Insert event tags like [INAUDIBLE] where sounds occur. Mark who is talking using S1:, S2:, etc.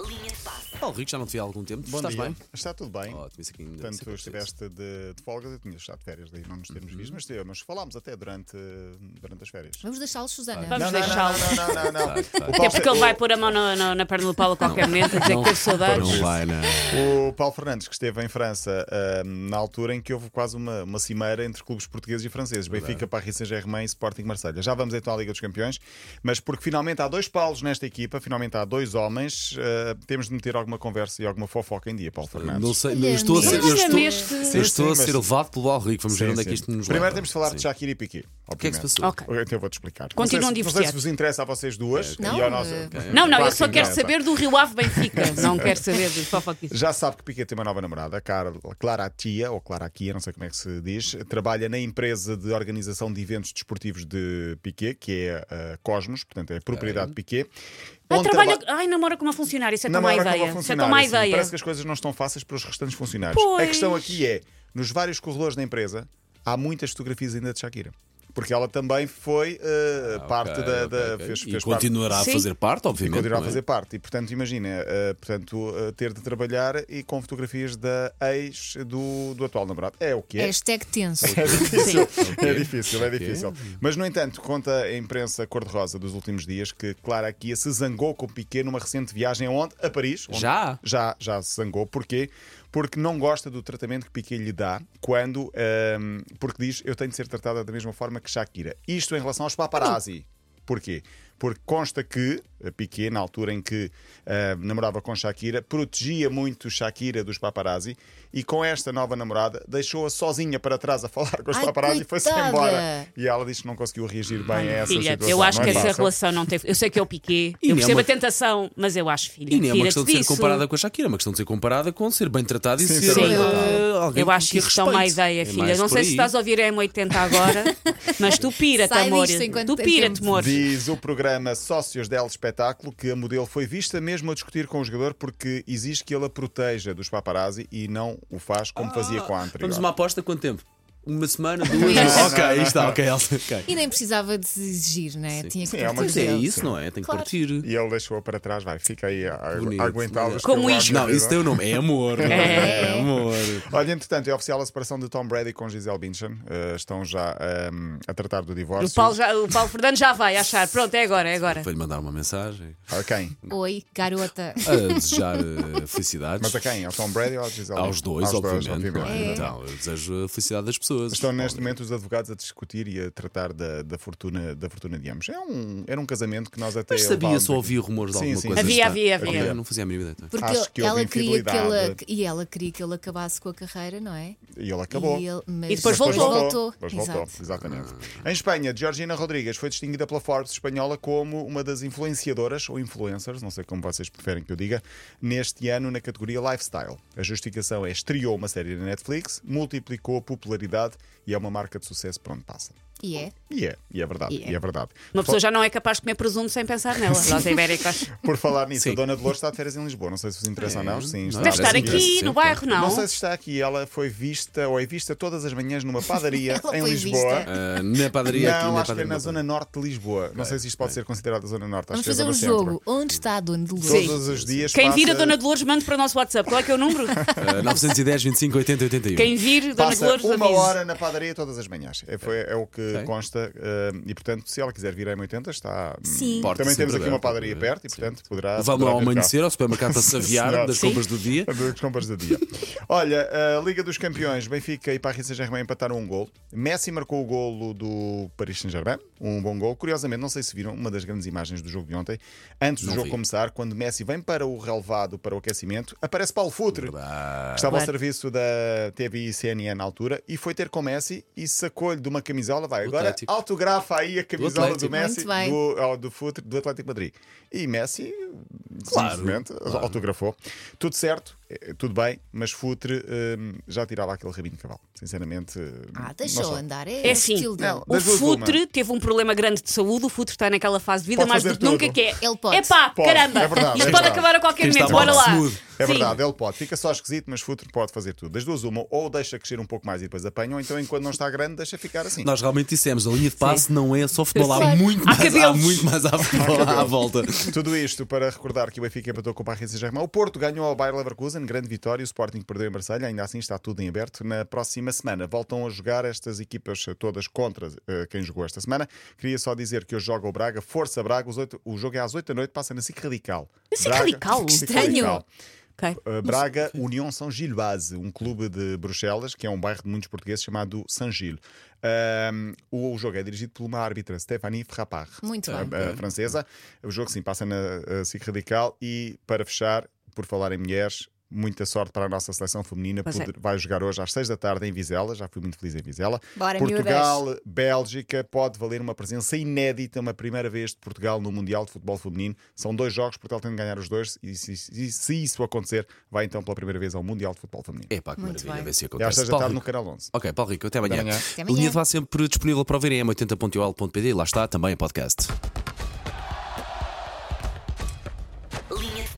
S1: Linha de passe.
S2: Paulo Rico, já não te vi há algum tempo.
S3: Bom
S2: Estás
S3: dia.
S2: bem?
S3: Está tudo bem.
S2: Ótimo, isso aqui ainda isso
S3: Portanto,
S2: aqui
S3: tu
S2: é
S3: estiveste de, de folgas, eu tinha estado de férias, daí não nos termos
S2: Uhum.
S3: visto, mas, eh, mas falámos até durante, eh, durante as férias.
S4: Vamos deixá-los, Susana.
S5: Vamos
S3: não,
S5: deixá-lo.
S3: não, não,
S2: Vai,
S3: não, não.
S2: vai.
S3: O
S5: Até
S3: Paulo-
S5: porque ele vai pôr a mão na, na- na perna do Paulo a qualquer momento a dizer que teve saudades.
S2: Não vai, não.
S3: O Paulo Fernandes, que esteve em França ah, na altura em que houve quase uma, uma cimeira entre clubes portugueses e franceses, Benfica, Paris Saint-Germain e Sporting Marselha. Já vamos então à Liga dos Campeões, mas porque finalmente há dois Paulos nesta equipa, finalmente há dois homens, ah, temos de meter alguma conversa e alguma fofoca em dia, Paulo Fernandes.
S2: Não sei,
S4: Olha,
S2: eu estou a ser, eu
S5: Vamos ver
S2: estou,
S5: neste-
S2: eu
S3: Sim,
S2: estou a
S3: sim,
S2: ser
S3: mas-
S2: levado pelo Paulo Rico. Vamos
S3: Sim,
S2: ver onde é
S3: sim.
S2: que isto nos
S3: Primeiro
S2: leva.
S3: temos de falar de
S2: Sim.
S3: Shakira e Piqué.
S2: O que é que se passou?
S5: Ok.
S3: Então eu vou-te explicar.
S5: Continuam
S3: não sei, se- Não sei se
S5: divorciados.
S3: vos interessa a vocês
S2: É,
S3: duas.
S4: Não,
S3: e ao nosso-
S4: eh,
S5: Não, não, eu
S3: Claro
S5: só
S3: que
S5: quero
S3: não,
S5: saber do Rio Ave
S2: [LAUGHS]
S5: Benfica. Não quero saber de fofoquices.
S3: Já sabe que Piquet tem uma nova namorada, Carla Clara Tia, ou Clara Kia, não sei como é que se diz, trabalha na empresa de organização de eventos desportivos de Piquet, que é a Cosmos, portanto é a propriedade de Piquet.
S5: Ai,
S3: Onde
S5: Ah, trabalha...
S3: traba-
S5: Ai, namora com uma funcionária, isso é tão má
S3: Namora com uma
S5: ideia. Isso é tão
S3: funcionária,
S5: má
S3: sim.
S5: ideia.
S3: assim, Parece que as coisas não estão fáceis para os restantes funcionários. A
S5: Pois.
S3: questão aqui é, nos vários corredores da empresa, há muitas fotografias ainda de Shakira. Porque ela também foi eh, parte
S2: Ah, Ok,
S3: da.
S2: ok,
S3: da-
S2: ok.
S3: Fez,
S2: e
S3: fez parte-
S2: continuará
S5: Sim.
S2: a fazer parte, obviamente.
S3: continuar a
S2: não é?
S3: fazer parte. E portanto, imagina, eh, portanto, eh, ter de trabalhar e com fotografias da ex do, do atual namorado. É o que [LAUGHS] é.
S4: Hashtag tenso.
S3: É difícil, é difícil. Mas, no entanto, conta a imprensa cor-de-rosa dos últimos dias que Clara Kia se zangou com Piquet numa recente viagem onde? A Paris. onde-
S2: Já?
S3: Já, já se zangou. Porquê? Porque não gosta do tratamento que Piquet lhe dá quando. ehm, porque diz eu tenho de ser tratada da mesma forma que Shakira. Isto em relação aos paparazzi. Porquê? Porque consta que eh, Piquet, na altura em que eh, namorava com Shakira, protegia muito Shakira dos paparazzi e com esta nova namorada deixou-a sozinha para trás a falar com os
S4: Ai,
S3: paparazzi e foi-se
S4: coitada.
S3: embora. E ela disse que não conseguiu reagir bem a essa
S5: Filha,
S3: situação.
S5: eu acho
S3: não é
S5: que essa
S3: fácil.
S5: relação não teve. Eu sei que é o Piqué,
S2: E
S5: eu
S2: nem é
S5: percebo
S2: uma-
S5: a tentação, mas eu acho, filha.
S2: E nem é uma
S5: tira-te
S2: questão de ser
S5: disso.
S2: comparada com a Shakira, é uma questão de ser comparada com ser bem tratada e
S3: Sim,
S2: ser
S3: sim.
S2: bem
S3: Sim.
S2: tratada. é? Alguém
S5: Eu acho
S2: que
S5: isso tão má
S2: respeite.
S5: ideia,
S2: É
S5: filha.
S2: mais
S5: Não
S2: por
S5: sei se
S2: aí.
S5: estás a ouvir a M80
S2: [LAUGHS]
S5: agora, mas tu pira-te,
S4: Sai
S5: amor.
S4: disto enquanto
S5: Tu
S4: tem
S5: pira-te,
S4: tempo.
S5: amor.
S3: Diz o programa Sócios dela Espetáculo que a modelo foi vista mesmo a discutir com o jogador porque exige que ele a proteja dos paparazzi e não o faz como fazia com a anterior.
S2: Vamos uma aposta quanto tempo? Uma semana, duas?
S4: Não,
S2: ok, isto está, ok, Elsa. ok.
S4: E nem precisava de se exigir, né? Tinha que
S3: Sim, é uma
S2: Mas
S4: partir
S2: é
S4: dele.
S2: isso, não é? Tem que
S4: Claro.
S2: partir.
S3: E ele deixou-a para trás, vai, fica aí a,
S2: Bonito.
S3: a aguentá-los.
S5: Como
S3: pelo lado
S5: isto.
S3: da
S2: Não,
S3: vida.
S2: isso tem o nome. É
S3: [LAUGHS]
S2: amor. não É, é amor.
S3: Olha, entretanto, é oficial a separação de Tom Brady com Gisele Bündchen. Eh, estão já ehm, a tratar do divórcio.
S5: O Paulo, já, o Paulo Fernandes já vai achar. Pronto, é agora, é agora.
S2: Vou-lhe mandar uma mensagem
S3: A quem?
S4: Oi, garota.
S2: a desejar eh, felicidades.
S3: Mas a quem? Ao Tom Brady ou à Gisele?
S2: Aos dois, obviamente. não é?
S3: obviamente.
S2: Então, eu desejo a felicidade das pessoas.
S3: Estão neste momento os advogados a discutir e a tratar da, da fortuna, da fortuna de ambos. É um, era um casamento que nós até.
S2: Mas sabia,
S3: levávamos
S2: só
S3: aqui.
S2: ouvia rumores de
S3: Sim,
S2: alguma
S3: sim,
S2: coisa.
S3: sim.
S5: Havia,
S2: está-
S5: havia,
S2: Ok,
S5: havia.
S2: eu Não fazia a mínima ideia. então.
S4: Porque
S3: Acho que houve
S4: ela queria que ele,
S3: infidelidade.
S4: e ela queria que ele acabasse com a carreira, não é?
S3: E ele acabou.
S4: E, ele- mas
S5: E depois
S4: depois
S5: voltou.
S4: voltou.
S3: Depois voltou,
S4: Exato.
S3: exatamente. Em Espanha, Georgina Rodrigues foi distinguida pela Forbes espanhola como uma das influenciadoras ou influencers, não sei como vocês preferem que eu diga, neste ano na categoria Lifestyle. A justificação é estreou uma série na Netflix, multiplicou a popularidade e é uma marca de sucesso por onde passa.
S4: E é.
S3: E é, e é verdade,
S4: E é.
S3: e é verdade.
S5: Uma pessoa já não é capaz de comer presunto sem pensar nela. Nós ibéricos.
S3: Por falar nisso,
S2: Sim.
S3: a Dona Dolores está de férias em Lisboa. Não sei se vos interessa ou É, não. Sim, está.
S5: Deve estar
S2: parece-me
S5: aqui
S2: que
S5: no
S2: sim,
S5: bairro, não?
S3: Não sei se está aqui. Ela foi vista ou é vista todas as manhãs numa padaria
S4: [LAUGHS] Ela
S3: em
S4: foi
S3: Lisboa.
S4: vista.
S2: Ah, na padaria aqui,
S3: Não,
S2: na
S3: acho que é
S2: padaria.
S3: na zona norte de Lisboa. Não sei se isto pode ser considerado zona norte. acho
S4: Vamos
S3: que é
S4: fazer um
S3: zona centro.
S4: jogo. Onde está a Dona de Luz?
S5: Sim.
S3: Todos os dias.
S5: Quem vir a
S3: passa-
S5: Dona Dolores, mande para o nosso WhatsApp. Qual é que é
S3: [LAUGHS]
S5: o número?
S2: Ah, 910, 25, 80, 81.
S5: Quem vir, Dona
S3: Passa
S5: Dolores,
S3: uma
S5: avise.
S3: hora na padaria todas as manhãs. É, foi- é o que
S2: Ok.
S3: consta. eh, e portanto, se ela quiser vir a M80, está. hum,
S4: Sim.
S2: Porta
S3: Também temos
S2: sempre
S3: aqui uma
S2: aberta,
S3: padaria
S2: sim.
S3: perto e portanto poderá.
S2: Vamos
S3: poderá
S2: ao
S3: vir cá.
S2: amanhecer ao supermercado para se aviar
S3: Senhora.
S2: das
S3: Sim.
S2: compras do dia.
S3: Das compras do
S2: [LAUGHS]
S3: dia. Olha, a Liga dos Campeões, Benfica e Paris Saint-Germain empataram um gol. Messi marcou o golo do Paris Saint-Germain, um bom gol. Curiosamente, não sei se viram uma das grandes imagens do jogo de ontem. Antes do
S2: Não
S3: jogo
S2: vi.
S3: começar, quando Messi vem para o relevado, para o aquecimento, aparece Paulo Futre,
S2: Ah,
S3: que estava ao
S5: Claro.
S3: serviço da TV e CNN na altura, e foi ter com Messi e sacou-lhe de uma camisola. Vai, agora
S2: Atlético.
S3: autografa aí a camisola do,
S2: Atlético.
S3: Messi,
S4: Muito bem.
S3: do, ao- do Futre, do Atlético de Madrid. E Messi,
S2: Claro.
S3: simplesmente, autografou. Tudo certo. eh, tudo bem, mas Futre eh, já tirava aquele rabinho de cavalo. Sinceramente. eh,
S4: Ah,
S3: não
S4: deixou
S3: sei.
S4: andar.
S5: É
S4: É,
S5: assim.
S4: estilo dele.
S3: Não.
S5: O
S3: Das duas,
S5: Futre
S3: uma.
S5: teve um problema grande de saúde, o Futre está naquela fase de vida
S3: Pode
S5: mais do
S3: fazer
S5: que nunca
S3: tudo.
S5: que é.
S4: Ele pode.
S5: Epá,
S3: Pode,
S5: caramba!
S3: é verdade,
S5: Isto
S3: é
S5: pode
S3: verdade.
S5: acabar a qualquer
S2: Quem está
S5: momento, bora
S2: mal,
S5: lá.
S2: smooth.
S3: É
S5: Sim.
S3: verdade, ele pode. Fica só esquisito, mas Futre pode fazer tudo. Das duas, uma, ou deixa crescer um pouco mais e depois apanha, ou então enquanto não está grande, deixa ficar assim.
S2: Nós realmente dissemos, a linha de passe não é só futebol, há
S4: Claro.
S2: muito
S5: Há
S2: mais, há
S5: cabelos.
S2: muito mais à, futebol, à volta.
S3: [LAUGHS] Tudo isto para recordar que o Benfica empatou com o Paris Saint-Germain. O Porto ganhou ao Bayer Leverkusen, grande vitória. O Sporting perdeu em Marselha. Ainda assim está tudo em aberto. Na próxima semana voltam a jogar estas equipas todas contra eh, quem jogou esta semana. Queria só dizer que hoje joga o Braga. Força Braga. Os oito- o jogo é às 8 da noite. Passa na SIC Radical.
S5: SIC
S3: Braga-
S5: Radical?
S3: SIC
S4: Estranho.
S3: Radical.
S5: Ok.
S3: Uh, Braga, União São Gilbase, um clube de Bruxelas, que é um bairro de muitos portugueses chamado São Gil. Um, o, o jogo é dirigido por uma árbitra, Stéphanie Frappard,
S4: Muito
S3: a-
S4: bem.
S3: a eh, francesa. O jogo, sim, passa na a SIC Radical. E, para fechar, por falar em mulheres, muita sorte para a nossa seleção feminina.
S5: Pois é.
S3: Poder- Vai jogar hoje às 6 da tarde em Vizela. Já fui muito feliz em Vizela.
S4: Bora,
S3: Portugal, Bélgica, pode valer uma presença inédita, uma primeira vez de Portugal no Mundial de Futebol Feminino. São dois jogos, Portugal tem de ganhar os dois e se, se- se isso acontecer, vai então pela primeira vez ao Mundial de Futebol Feminino.
S2: É pá, que
S4: Muito
S2: maravilha,
S4: bem.
S2: vê se
S3: É às
S2: acontece.
S3: seis da
S2: Paulo
S3: tarde no
S2: Rico.
S3: Canal 11.
S2: Ok, Paulo Rico, até amanhã.
S3: Até amanhã.
S4: Até amanhã.
S2: Linha de vá sempre disponível para ouvirem em m80.ol.pd, lá está, também em podcast.
S1: Linha de